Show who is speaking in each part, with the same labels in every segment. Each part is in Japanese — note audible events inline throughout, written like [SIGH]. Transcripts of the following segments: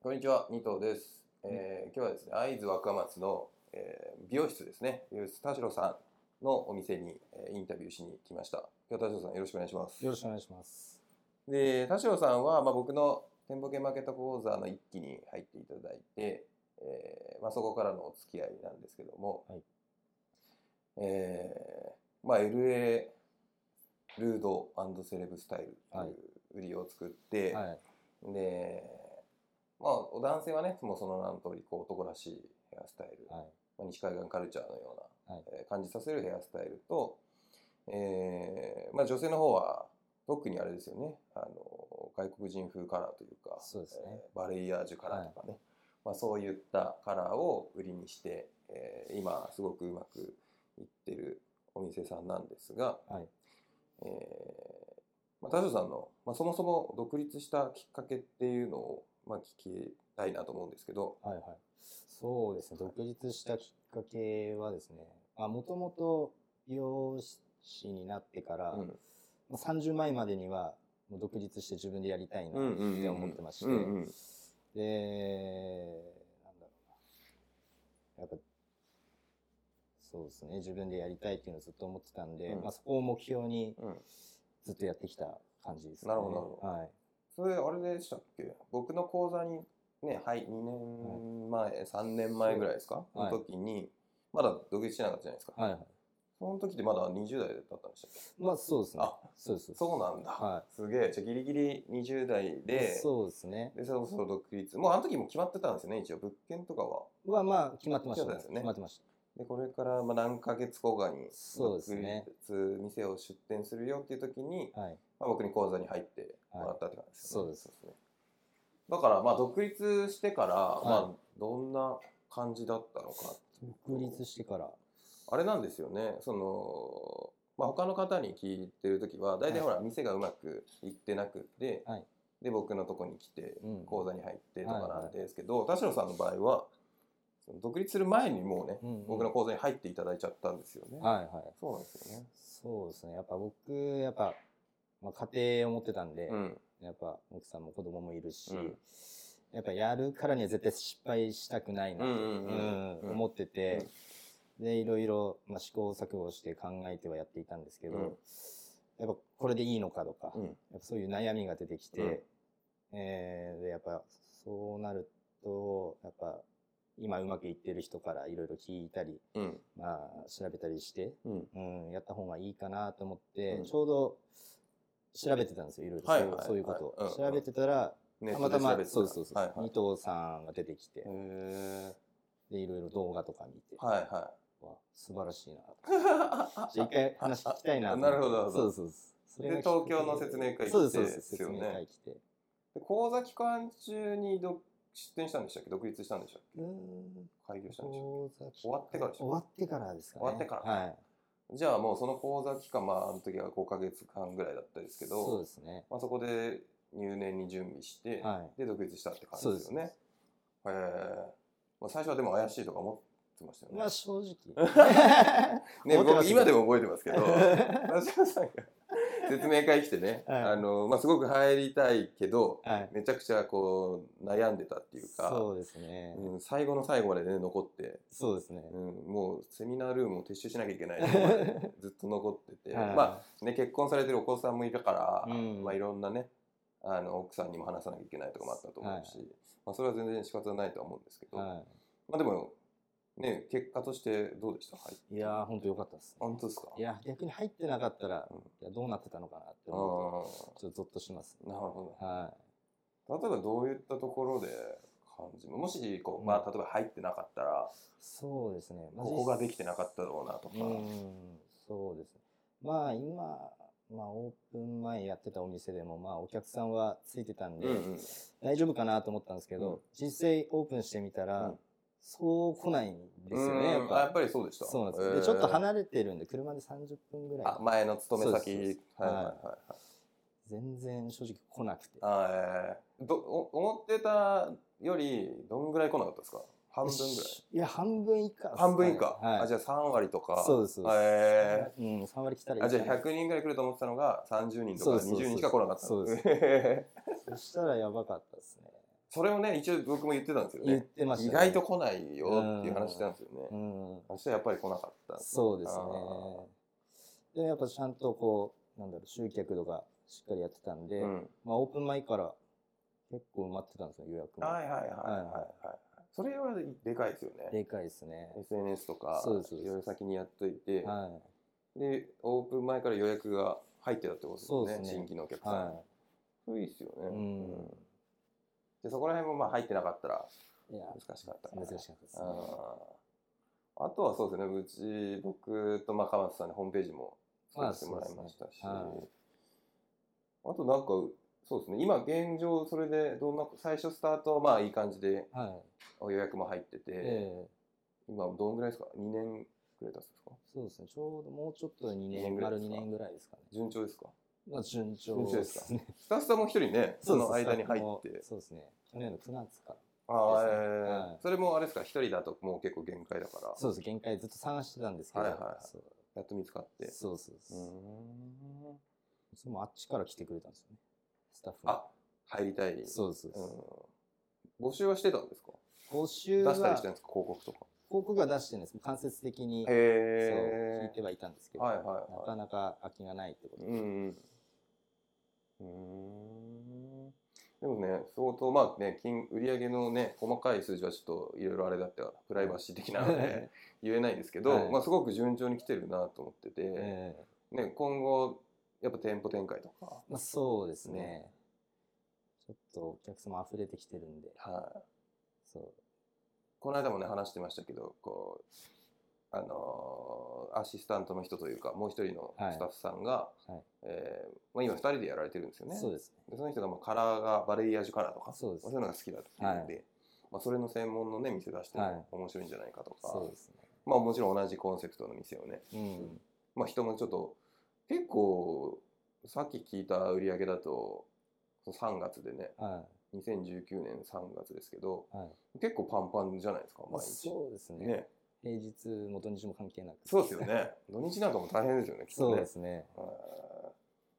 Speaker 1: こんにちは、二藤です。えー、今日はですね、会津若松の、えー、美容室ですね、美容室田代さんのお店に、えー、インタビューしに来ました。今日は田代さんよろしくお願いします。
Speaker 2: よろしくお願いします。
Speaker 1: で、田代さんは、まあ、僕の店舗系マーケット講座の一期に入っていただいて、えーまあ、そこからのお付き合いなんですけども、
Speaker 2: はい
Speaker 1: えーまあ、LA ルードセレブスタイルと
Speaker 2: はいいう
Speaker 1: 売りを作って、
Speaker 2: はい。
Speaker 1: で、まあ、お男性はね、もうその名の通り、こう、男らしいヘアスタイル、
Speaker 2: はい。
Speaker 1: まあ、西海岸カルチャーのような、
Speaker 2: はい
Speaker 1: えー感じさせるヘアスタイルと、えーまあ、女性の方は、特にあれですよね、あの、外国人風カラーというか、
Speaker 2: そうですね
Speaker 1: えーバレイアージュカラーとかね、まあ、そういったカラーを売りにして、えー今、すごくうまくいってるお店さんなんですが、
Speaker 2: はい
Speaker 1: えーまあ、田代さんの、まあ、そもそも独立したきっかけっていうのを、まあ、聞きたいなと思うんですけど、
Speaker 2: はい。はい。そうですね。独立したきっかけはですね、まあ、もともと美容師になってから、
Speaker 1: うん
Speaker 2: まあ30前までには、もう独立して自分でやりたいな
Speaker 1: うんうんうんうん
Speaker 2: って思ってまして、
Speaker 1: うんうん
Speaker 2: で、なんだろうな。やっぱ、そうですね。自分でやりたいっていうのをずっと思ってたんで、
Speaker 1: うん
Speaker 2: まあ、そこを目標に
Speaker 1: うん
Speaker 2: ずっとやってきた感じですね。
Speaker 1: なるほどなるほど
Speaker 2: はい。
Speaker 1: それあれでしたっけ僕の講座にねはい2年前、3年前ぐらいですか、
Speaker 2: はい
Speaker 1: の時にまだ独立してなかったじゃないですか、
Speaker 2: はいはい。
Speaker 1: その時ってまだ20代だったんでしたっけ
Speaker 2: まあそうですね
Speaker 1: あ。
Speaker 2: そうです。
Speaker 1: そうなんだ、
Speaker 2: は
Speaker 1: すげえじゃあギリギリ20代
Speaker 2: い。
Speaker 1: で
Speaker 2: そうですね。
Speaker 1: でそろそろ独立もうあの時も決まってたんですよね一応物件とかは
Speaker 2: はまあ決まってまし
Speaker 1: そう
Speaker 2: た
Speaker 1: で
Speaker 2: ね。
Speaker 1: すね
Speaker 2: 決まってまし
Speaker 1: でこれからまあ何ヶ月後かに
Speaker 2: そうですね
Speaker 1: 独立店を出店するよっていう時に、
Speaker 2: た。はい。
Speaker 1: まあ、僕に講座に入ってもらったって感じですよね、
Speaker 2: はいそうです
Speaker 1: ねだからまあ独立してから、
Speaker 2: い
Speaker 1: まあどんな感じだったのか
Speaker 2: 独立してから。
Speaker 1: あれなんですよねその、まあ、他の方に聞いてる時は大体ほら店がうまくいってなくて、
Speaker 2: はい
Speaker 1: で僕のとこに来て
Speaker 2: うん
Speaker 1: 講座に入ってとかなんですけど、田代さんの場合はその独立する前にもうね、
Speaker 2: うんうん
Speaker 1: 僕の講座に入っていただいちゃったんですよね。
Speaker 2: はいはい。
Speaker 1: そうなんですよね。
Speaker 2: そうですね。やっぱ僕、やっぱ、まあ家庭を持ってたんで
Speaker 1: う、ん、
Speaker 2: やっぱ奥さんも子供もいるし
Speaker 1: うん、
Speaker 2: やっぱやるからには絶対失敗したくないなと
Speaker 1: うんうんうん
Speaker 2: うん思ってて、で、いろいろまあ試行錯誤して考えてはやっていたんですけ
Speaker 1: うん
Speaker 2: ど、やっぱこれでいいのかとか
Speaker 1: う、ん、
Speaker 2: やっぱそういう悩みが出てきて、えーで、やっぱそうなると、やっぱ今うまくいってる人からいろいろ聞いたり、
Speaker 1: うん、
Speaker 2: まあ調べたりして、
Speaker 1: うん、
Speaker 2: うん、やった方がいいかなと思って、
Speaker 1: うん
Speaker 2: ちょうど調べてたんですよ、いろいろ。
Speaker 1: はい
Speaker 2: そう
Speaker 1: はい
Speaker 2: そういうことを、
Speaker 1: はいうん
Speaker 2: 調べてたら、
Speaker 1: ネット
Speaker 2: たま
Speaker 1: で
Speaker 2: た
Speaker 1: 調
Speaker 2: ま、
Speaker 1: べてた
Speaker 2: そうそうそう、
Speaker 1: はいはい。
Speaker 2: 二藤さんが出てきて、
Speaker 1: へ
Speaker 2: で、いろいろ動画とか見て、
Speaker 1: ーはいは
Speaker 2: わ素晴らしいな。
Speaker 1: い。
Speaker 2: [LAUGHS] じゃあ一回話聞きたいなと思
Speaker 1: あ
Speaker 2: っ
Speaker 1: な
Speaker 2: て。
Speaker 1: るほどなるほど
Speaker 2: そうそうそう。それがきっかけ
Speaker 1: で東京の説明会来て
Speaker 2: そうです、そうです。
Speaker 1: ですよ
Speaker 2: 説
Speaker 1: ね
Speaker 2: 明会来て。
Speaker 1: で [LAUGHS] 講座期間中にど出店したんでしたっけ独立したんでしたっけ
Speaker 2: うん
Speaker 1: 開業したんでしたっ
Speaker 2: 講座期間
Speaker 1: 終わってからでしょ
Speaker 2: 終わってか
Speaker 1: 終わ
Speaker 2: らですかね。
Speaker 1: ってから
Speaker 2: はい。
Speaker 1: けじゃあもうその講座期間まああの時は5ヶ月間ぐらいだったですけど
Speaker 2: そうですね。
Speaker 1: まあ、そこで入念に準備して、
Speaker 2: はい。
Speaker 1: で独立したって感
Speaker 2: そう
Speaker 1: じ
Speaker 2: で
Speaker 1: です
Speaker 2: す
Speaker 1: よね。へえまあ、最初はでも怪しいとか思ってましたよね。
Speaker 2: ま
Speaker 1: [LAUGHS]
Speaker 2: あ正直。
Speaker 1: ね
Speaker 2: 思ってま
Speaker 1: 僕
Speaker 2: した
Speaker 1: 今でも覚えてますけど [LAUGHS] 田
Speaker 2: [LAUGHS]
Speaker 1: 代さんが説明会来てね、
Speaker 2: はい
Speaker 1: あのまあ、すごく入りたいけど
Speaker 2: はい。
Speaker 1: めちゃくちゃこう悩んでたっていうか。
Speaker 2: そうですね。
Speaker 1: うん、最後の最後までね残って、
Speaker 2: そうですね。
Speaker 1: うん、もうセミナールームを撤収しなきゃいけないとこまでずっと残ってて、
Speaker 2: はい
Speaker 1: まあね結婚されてるお子さんもいたから、
Speaker 2: うん
Speaker 1: まあいろんなねあの奥さんにも話さなきゃいけないとかもあったと思うし、まあそれは全然仕方ないとは思うんですけど、
Speaker 2: は
Speaker 1: まあでもね結果としてどうでした？はい。
Speaker 2: い。いやー、本当良かったですね。
Speaker 1: 本当ですか？
Speaker 2: いや、逆に入ってなかったら
Speaker 1: うん、
Speaker 2: いや、どうなってたのかなって
Speaker 1: ああ
Speaker 2: 思うと、ちょっとゾッとしますね。
Speaker 1: なるほ
Speaker 2: は
Speaker 1: ど。例えばどういったところで感じもしこ
Speaker 2: う
Speaker 1: うんまあ例えば入ってなかったら、
Speaker 2: い。そうですね。まあ
Speaker 1: ここができてなかったろうなとか、
Speaker 2: うん、そうですね。まあ今、まあオープン前やってたお店でも、まあお客さんはついてたんで、
Speaker 1: うんうん
Speaker 2: 大丈夫かなと思ったんですけど、
Speaker 1: うん
Speaker 2: 実際オープンしてみた
Speaker 1: う
Speaker 2: ら、
Speaker 1: ん
Speaker 2: そう来ないんですよね、
Speaker 1: うん
Speaker 2: やっぱ。
Speaker 1: あやっぱりそうでした。
Speaker 2: そうなんです、
Speaker 1: へー
Speaker 2: で、ちょっと離れてるんで、車で30分ぐらい。
Speaker 1: あ、前の勤め
Speaker 2: そうです
Speaker 1: 先。
Speaker 2: そう
Speaker 1: はい
Speaker 2: で
Speaker 1: はいは
Speaker 2: す
Speaker 1: いはい。
Speaker 2: 全然正直来なくて。
Speaker 1: あえーどお思ってたよりどんぐらい来なかったですか半分ぐらい
Speaker 2: しいや、半分以下っすかね、
Speaker 1: 半分以下、
Speaker 2: はい。
Speaker 1: あじゃあ3割とか
Speaker 2: そうです、そうです。
Speaker 1: え
Speaker 2: うん、3割来たらいい
Speaker 1: あじゃあ
Speaker 2: な
Speaker 1: 100人ぐらい来ると思ってたのが30人と
Speaker 2: そ
Speaker 1: か
Speaker 2: うですそうで
Speaker 1: 20
Speaker 2: す
Speaker 1: 人しか来なかった
Speaker 2: そうですそしたらやばかったですね。
Speaker 1: それをね、一応僕も言ってたんですよ
Speaker 2: 言っ
Speaker 1: ね。
Speaker 2: てまし
Speaker 1: 意
Speaker 2: た、
Speaker 1: 外
Speaker 2: ね。
Speaker 1: と来ないよっていう話したんですよね。
Speaker 2: うん、
Speaker 1: そしたらやっぱり来なかったんですね。
Speaker 2: そうですね
Speaker 1: あ。
Speaker 2: でやっぱちゃんとこうなんだろう集客とかしっかりやってたんで、
Speaker 1: うん
Speaker 2: まあ、オープン前から結構埋まってたんですよ予約も。
Speaker 1: はいはいはいはいはい。それはでかいですよね。
Speaker 2: でかいですね。
Speaker 1: SNS とか
Speaker 2: そうですそう
Speaker 1: い
Speaker 2: です
Speaker 1: ろいろ先にやっといて、
Speaker 2: は
Speaker 1: でオープン前から予約が入ってたってことですよ
Speaker 2: そう
Speaker 1: ね
Speaker 2: ですね
Speaker 1: 新規のお客
Speaker 2: い
Speaker 1: さん。
Speaker 2: は
Speaker 1: それいいですよね。
Speaker 2: うん
Speaker 1: でそこら辺もまあ入ってなかったら
Speaker 2: い。いや
Speaker 1: 難しかったかな
Speaker 2: 難しかったですね。
Speaker 1: あーあとはそうですね、うち、僕とまあ鎌田さんでホームページも作ってもらいましたし、
Speaker 2: まあ
Speaker 1: あ
Speaker 2: そうですね
Speaker 1: となんか、そうですね、今現状、それでどんな、最初スタートはまあいい感じで
Speaker 2: はい。
Speaker 1: 予約も入ってて、
Speaker 2: ええ
Speaker 1: 今どんぐらいですか ?2 年くらい経つんですか
Speaker 2: そうですね。ちょうどもうちょっとで2
Speaker 1: 二年
Speaker 2: 年
Speaker 1: ぐらい
Speaker 2: 丸
Speaker 1: です
Speaker 2: 2
Speaker 1: か
Speaker 2: 年ぐらいですかね。
Speaker 1: 順調ですか
Speaker 2: まあ順調
Speaker 1: 順調で
Speaker 2: です
Speaker 1: か
Speaker 2: すね。
Speaker 1: スタッフさんも一人ね、その間に入
Speaker 2: そう
Speaker 1: っ
Speaker 2: で
Speaker 1: て
Speaker 2: す。そうですね。去年の9月から。
Speaker 1: あー
Speaker 2: ですね
Speaker 1: えー
Speaker 2: はい
Speaker 1: それもあれですか、一人だともう結構限界だから、
Speaker 2: そうです。限界ずっと探してたんですけど。
Speaker 1: はいはいはい
Speaker 2: そう
Speaker 1: やっと見つかって。
Speaker 2: そうそう
Speaker 1: う
Speaker 2: そ
Speaker 1: ー
Speaker 2: うんそれもあっちから来てくれたんですよね。スタッフが
Speaker 1: あ、入りたい。
Speaker 2: そうですそうです。
Speaker 1: うん、募集はしてたんですか
Speaker 2: 募集は
Speaker 1: 出したりしてる
Speaker 2: 広
Speaker 1: んですか広告とか。
Speaker 2: 告は出してるんです。間接的にそう聞い
Speaker 1: へ
Speaker 2: てはいたんですけ
Speaker 1: え。
Speaker 2: ど、
Speaker 1: はいはい
Speaker 2: な
Speaker 1: は
Speaker 2: かなか空きがないってこと
Speaker 1: い。
Speaker 2: で。
Speaker 1: うんうん。うーんでもね、相当まあね、金売上のね、細かい数字はちょっといろいろあれだったらプライバシー的なので言えないですけど、
Speaker 2: はい
Speaker 1: まあすごく順調に来てるなと思ってて、
Speaker 2: [LAUGHS] ええ
Speaker 1: ね、今後やっぱ店舗展開とか、
Speaker 2: まあそうですね
Speaker 1: ね。
Speaker 2: ちょっとお客様溢れてきてるんで、
Speaker 1: はい、
Speaker 2: そう。
Speaker 1: この間もね話してましたけどこうあのーアシスタントの人というかもう一人の
Speaker 2: はい
Speaker 1: スタッフさんが、
Speaker 2: はい
Speaker 1: えーまあ、今二人でやられてるんですよね
Speaker 2: そうですね。
Speaker 1: でその人がまあカラーがバレイアージュカラーとか
Speaker 2: そうです
Speaker 1: そういうのが好きだっていうので、まあ、それの専門のね店出して
Speaker 2: はい
Speaker 1: も面白いんじゃないかとか、
Speaker 2: そうですね。
Speaker 1: まあもちろん同じコンセプトの店をね、
Speaker 2: うん。
Speaker 1: まあ、人もちょっと結構さっき聞いた売り上げだと3月でね
Speaker 2: は
Speaker 1: 2019年3月ですけど
Speaker 2: い。はい。
Speaker 1: 結構パンパンじゃないですか毎日。
Speaker 2: そうですね。
Speaker 1: ね
Speaker 2: 平日も土日も関係なく。
Speaker 1: そうですよ。ね。土日なんかも大変ですよね、きっと
Speaker 2: そう
Speaker 1: ね
Speaker 2: で。すね。
Speaker 1: えー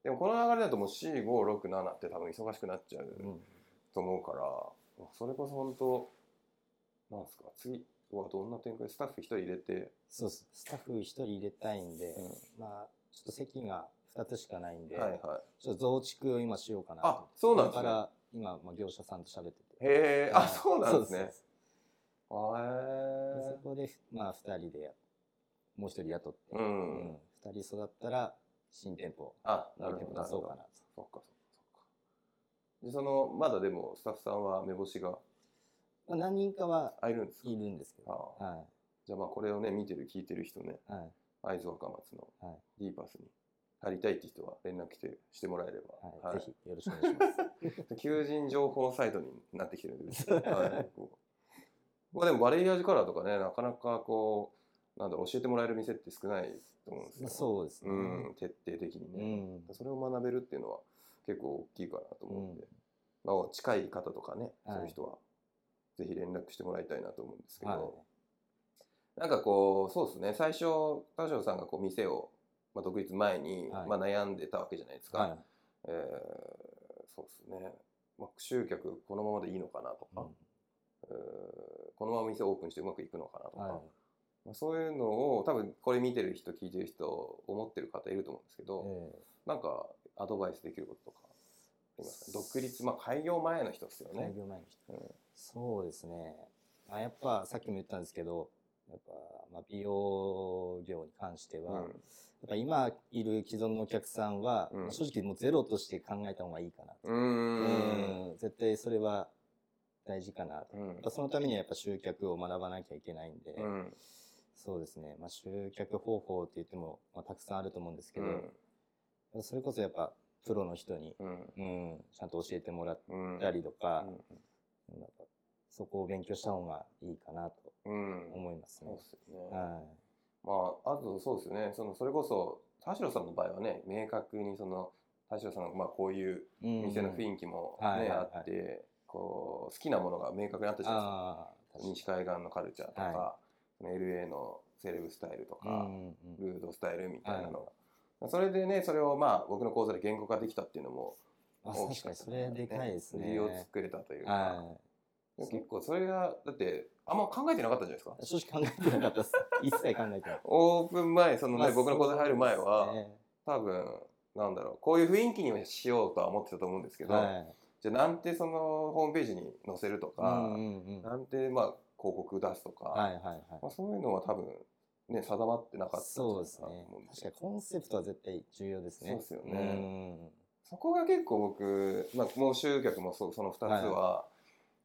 Speaker 1: でもこの流れだともう4、5、6、7って多分忙しくなっちゃう
Speaker 2: うん。
Speaker 1: と思うから、それこそ本当、なんですか、次はどんな展開スタッフ一人入れて、
Speaker 2: そうです。スタッフ一人入れたいんで、
Speaker 1: う
Speaker 2: まあ、ちょっと席が2つしかないんで、
Speaker 1: はいはい。
Speaker 2: ちょっと増築を今しようかなと。
Speaker 1: あ、そうなんで
Speaker 2: だ
Speaker 1: す
Speaker 2: か
Speaker 1: ね。
Speaker 2: ら、今、まあ、業者さんと喋ってて。
Speaker 1: へえ、
Speaker 2: は
Speaker 1: あ、
Speaker 2: い
Speaker 1: そうなんです
Speaker 2: そう
Speaker 1: ね
Speaker 2: で。す
Speaker 1: へ
Speaker 2: で
Speaker 1: え
Speaker 2: そ。こで、まあ、2人で、もう一人雇って、
Speaker 1: う
Speaker 2: うんん。2人育ったら、新店舗、
Speaker 1: あ、な
Speaker 2: 新
Speaker 1: るほ
Speaker 2: 店
Speaker 1: ど、
Speaker 2: 舗
Speaker 1: なる
Speaker 2: 出そ
Speaker 1: ほ
Speaker 2: う
Speaker 1: ど。
Speaker 2: かなと。
Speaker 1: そっかそっかそっか。で、その、まだでもスタッフさんは目星が
Speaker 2: まあ、何人かは
Speaker 1: あいるんですか
Speaker 2: いるんですけど、
Speaker 1: あ
Speaker 2: は
Speaker 1: じゃあまあこれをね、見てる、聞いてる人ね、
Speaker 2: い。はい。
Speaker 1: 会津若松の
Speaker 2: はい
Speaker 1: D パスに入りたいって人は連絡来てしてもらえれば、
Speaker 2: はい、ぜひよろしくお願いします。
Speaker 1: ひ求人情報サイトになってきてるんです
Speaker 2: [LAUGHS]
Speaker 1: けど、はい、こうまあでもバレエアージュカラーとかねなかなかこうなんだろう教えてもらえる店って少ないと思うんですよ
Speaker 2: まあそうですね。
Speaker 1: うん、徹底的に
Speaker 2: う
Speaker 1: ね、
Speaker 2: ん。
Speaker 1: それを学べるっていうのは結構大きいかなと思うんで、まあ、近い方とかね
Speaker 2: はい
Speaker 1: そういう人はぜひ連絡してもらいたいなと思うんですけど、
Speaker 2: はい。
Speaker 1: なんかこうそうですね最初田代さんがこう店を、まあ、独立前に、
Speaker 2: はい
Speaker 1: まあ、悩んでたわけじゃないですか、
Speaker 2: はい。
Speaker 1: えーそうですね、まあ、集客このままでいいのかなとか、えーこのまま店オープンしてうまくいくのかなとか、
Speaker 2: はい。
Speaker 1: まあ、そういうのを多分これ見てる人聞いてる人思ってる方いると思うんですけど、
Speaker 2: え
Speaker 1: なんかアドバイスできることとかありますか独立まあ開業前の人ですよ
Speaker 2: え
Speaker 1: ね
Speaker 2: 開。業前の人、
Speaker 1: うん
Speaker 2: そうですね。あ、やっぱさっきも言ったんですけど、やっぱ、まあ、美容業に関して
Speaker 1: う
Speaker 2: は、
Speaker 1: ん
Speaker 2: やっぱ今いる既存のお客さんは、
Speaker 1: うん
Speaker 2: まあ正直もうゼロとして考えた方がいいかなと。
Speaker 1: うーん
Speaker 2: うん絶対それは大事かなと。
Speaker 1: うん
Speaker 2: やっぱそのためにはやっぱ集客を学ばなきゃいけないんで、
Speaker 1: うん
Speaker 2: そうですね。まあ、集客方法って言っても、まあ、たくさんあると思うんですけど、それこそやっぱプロの人に、
Speaker 1: うん
Speaker 2: うん、ちゃんと教えてもらっ
Speaker 1: うん
Speaker 2: たりとか、
Speaker 1: うん
Speaker 2: なんかそこを勉強した方がいいかなと
Speaker 1: うん
Speaker 2: 思いますね
Speaker 1: そう。ですよね。
Speaker 2: は
Speaker 1: まあ、あとそうですよね。そのそれこそ田代さんの場合はね、明確にその田代さんのまあこういう
Speaker 2: い。うん
Speaker 1: 店の雰囲気も
Speaker 2: うんはい
Speaker 1: ね
Speaker 2: は
Speaker 1: あ
Speaker 2: いはい
Speaker 1: って、こう好きなものが明確にあったじゃない
Speaker 2: ああ、
Speaker 1: ですか。西
Speaker 2: か
Speaker 1: 海岸のカルチャーとか
Speaker 2: は、
Speaker 1: その LA のセレブスタイルと
Speaker 2: う
Speaker 1: か、
Speaker 2: んうんうん
Speaker 1: ルードスタイルみたいなのが。それでね、それをまあ僕の講座で言語化できたっていうのも
Speaker 2: あ
Speaker 1: 大き
Speaker 2: 確か
Speaker 1: かった
Speaker 2: にそれでかいですね。
Speaker 1: 売りを作れたというか、
Speaker 2: は
Speaker 1: いや結構それが、だって、あんま考えてなかったんじゃないですか
Speaker 2: 正直考えてなかった
Speaker 1: [LAUGHS]
Speaker 2: です。一切考えてなかっ
Speaker 1: オープン前、そ
Speaker 2: た。
Speaker 1: のね、僕の講座入る前
Speaker 2: そう
Speaker 1: は、
Speaker 2: ですね
Speaker 1: 多分、なんだろう、こういう雰囲気にはしようとは思ってたと思うんですけど、
Speaker 2: はい。
Speaker 1: じゃあなんてそのホームページに載せると
Speaker 2: う
Speaker 1: か
Speaker 2: ん、うんうん。は
Speaker 1: なんてまあ広告出すとか、
Speaker 2: いはいはい
Speaker 1: ま。あ、そういうのは多分、ね、定まってなかったんじゃない
Speaker 2: そうですね
Speaker 1: かなと思うん。
Speaker 2: 確かにコンセプトは絶対重要ですね。
Speaker 1: そうですよね
Speaker 2: うん
Speaker 1: そこが結構僕、まあ、もう集客もそうその2つは、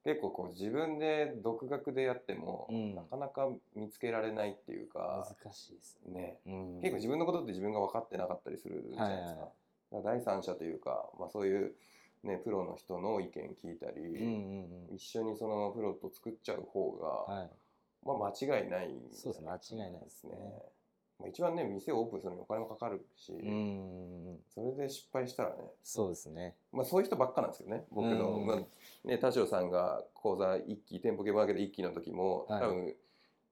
Speaker 1: 結構こう自分で独学でやっても、
Speaker 2: うん
Speaker 1: なかなか見つけられないっていうか、
Speaker 2: 難しいですね。
Speaker 1: ね、
Speaker 2: うん
Speaker 1: 結構自分のことって自分が分かってなかったりするじゃないですか。
Speaker 2: は
Speaker 1: だから第三者というか、まあ、そういう、ね、プロの人の意見聞いたり、
Speaker 2: うんうんうん。
Speaker 1: 一緒にそのプロと作っちゃう方が、
Speaker 2: はい。
Speaker 1: まあ、間違いないんじ
Speaker 2: そう
Speaker 1: ゃ
Speaker 2: ですね
Speaker 1: ないか
Speaker 2: 間違いないですね
Speaker 1: まあ、一番ね店をオープンするのにお金もかかるし、
Speaker 2: うんうんうん。
Speaker 1: それで失敗したらね、
Speaker 2: そうですね。
Speaker 1: まあ、そういう人ばっかなんですけどね僕の、
Speaker 2: うん
Speaker 1: まあね、田代さんが講座1期店舗系マーケット1期の時も多
Speaker 2: はい
Speaker 1: 分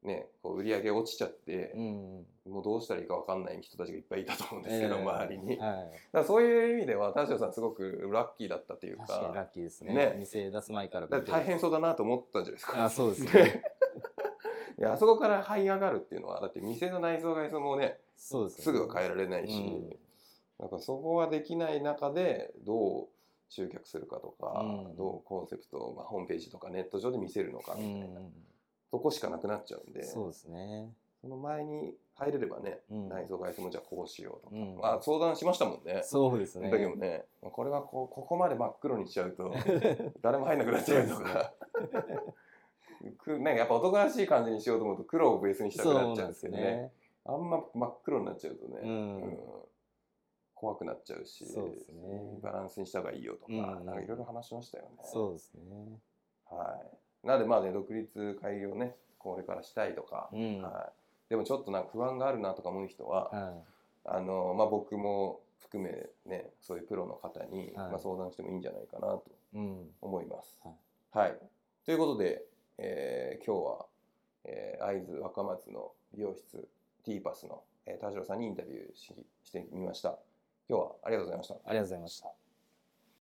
Speaker 1: ねこう売り上げ落ちちゃって
Speaker 2: う、んうん。
Speaker 1: もうどうしたらいいか分かんない人たちがいっぱいいたと思うんですけど、
Speaker 2: ええ
Speaker 1: 周りに、だか
Speaker 2: はい。
Speaker 1: らそういう意味では田代さんすごくラッキーだったというか
Speaker 2: 確かにラッキーですね。
Speaker 1: ね
Speaker 2: 店出す前から。
Speaker 1: だって大変そうだなと思ったんじ [LAUGHS] ゃないですか
Speaker 2: あ、そうですね。
Speaker 1: いやあそこから這い上がるっていうのはだって店の内装外装もね
Speaker 2: そうですね。
Speaker 1: すぐは変えられないし、
Speaker 2: うん
Speaker 1: なんかそこはできない中でどう集客するかとか、
Speaker 2: うん
Speaker 1: どうコンセプトを、まあ、ホームページとかネット上で見せるのか
Speaker 2: う
Speaker 1: みたい
Speaker 2: ん
Speaker 1: な、
Speaker 2: うん
Speaker 1: そこしかなくなっちゃうん
Speaker 2: うん。
Speaker 1: で
Speaker 2: そうですね。
Speaker 1: その前に入れればね、
Speaker 2: うん
Speaker 1: 内装外装もじゃあこうしようとか、
Speaker 2: うん
Speaker 1: まあ、相談しましたもんね。
Speaker 2: そうです
Speaker 1: そ
Speaker 2: ね
Speaker 1: の。時もねこれはこうここまで真っ黒にしちゃう
Speaker 2: [LAUGHS]
Speaker 1: と誰も入んなくなっちゃうとかくなんかやっぱ男らしい感じにしようと思うと黒をベースにしたくな
Speaker 2: そ
Speaker 1: っ
Speaker 2: う
Speaker 1: ちゃう
Speaker 2: なんん
Speaker 1: で
Speaker 2: ですす
Speaker 1: よね
Speaker 2: ね。
Speaker 1: あんま真っ黒になっちゃうとね、
Speaker 2: うん
Speaker 1: 怖くなっちゃうし
Speaker 2: そうですね
Speaker 1: バランスにした方がいいよとか、
Speaker 2: うん
Speaker 1: なんかいろいろ話しましたよね。
Speaker 2: そうですね。
Speaker 1: はい、なのでまあね独立開業ねこれからしたいとか、
Speaker 2: うん。は
Speaker 1: はい、でもちょっとなんか不安があるなとか思う人は、あのまあ、僕も含めねそういうプロの方に、
Speaker 2: はい
Speaker 1: まあ、相談してもいいんじゃないかなと
Speaker 2: い。うん。
Speaker 1: 思います。
Speaker 2: はい
Speaker 1: はい、ということで、えー今日は、えー、会津若松の美容室 T パスの、えー、田代さんにインタビューししてみました。今日はありがとうございました。
Speaker 2: ありがとうございました。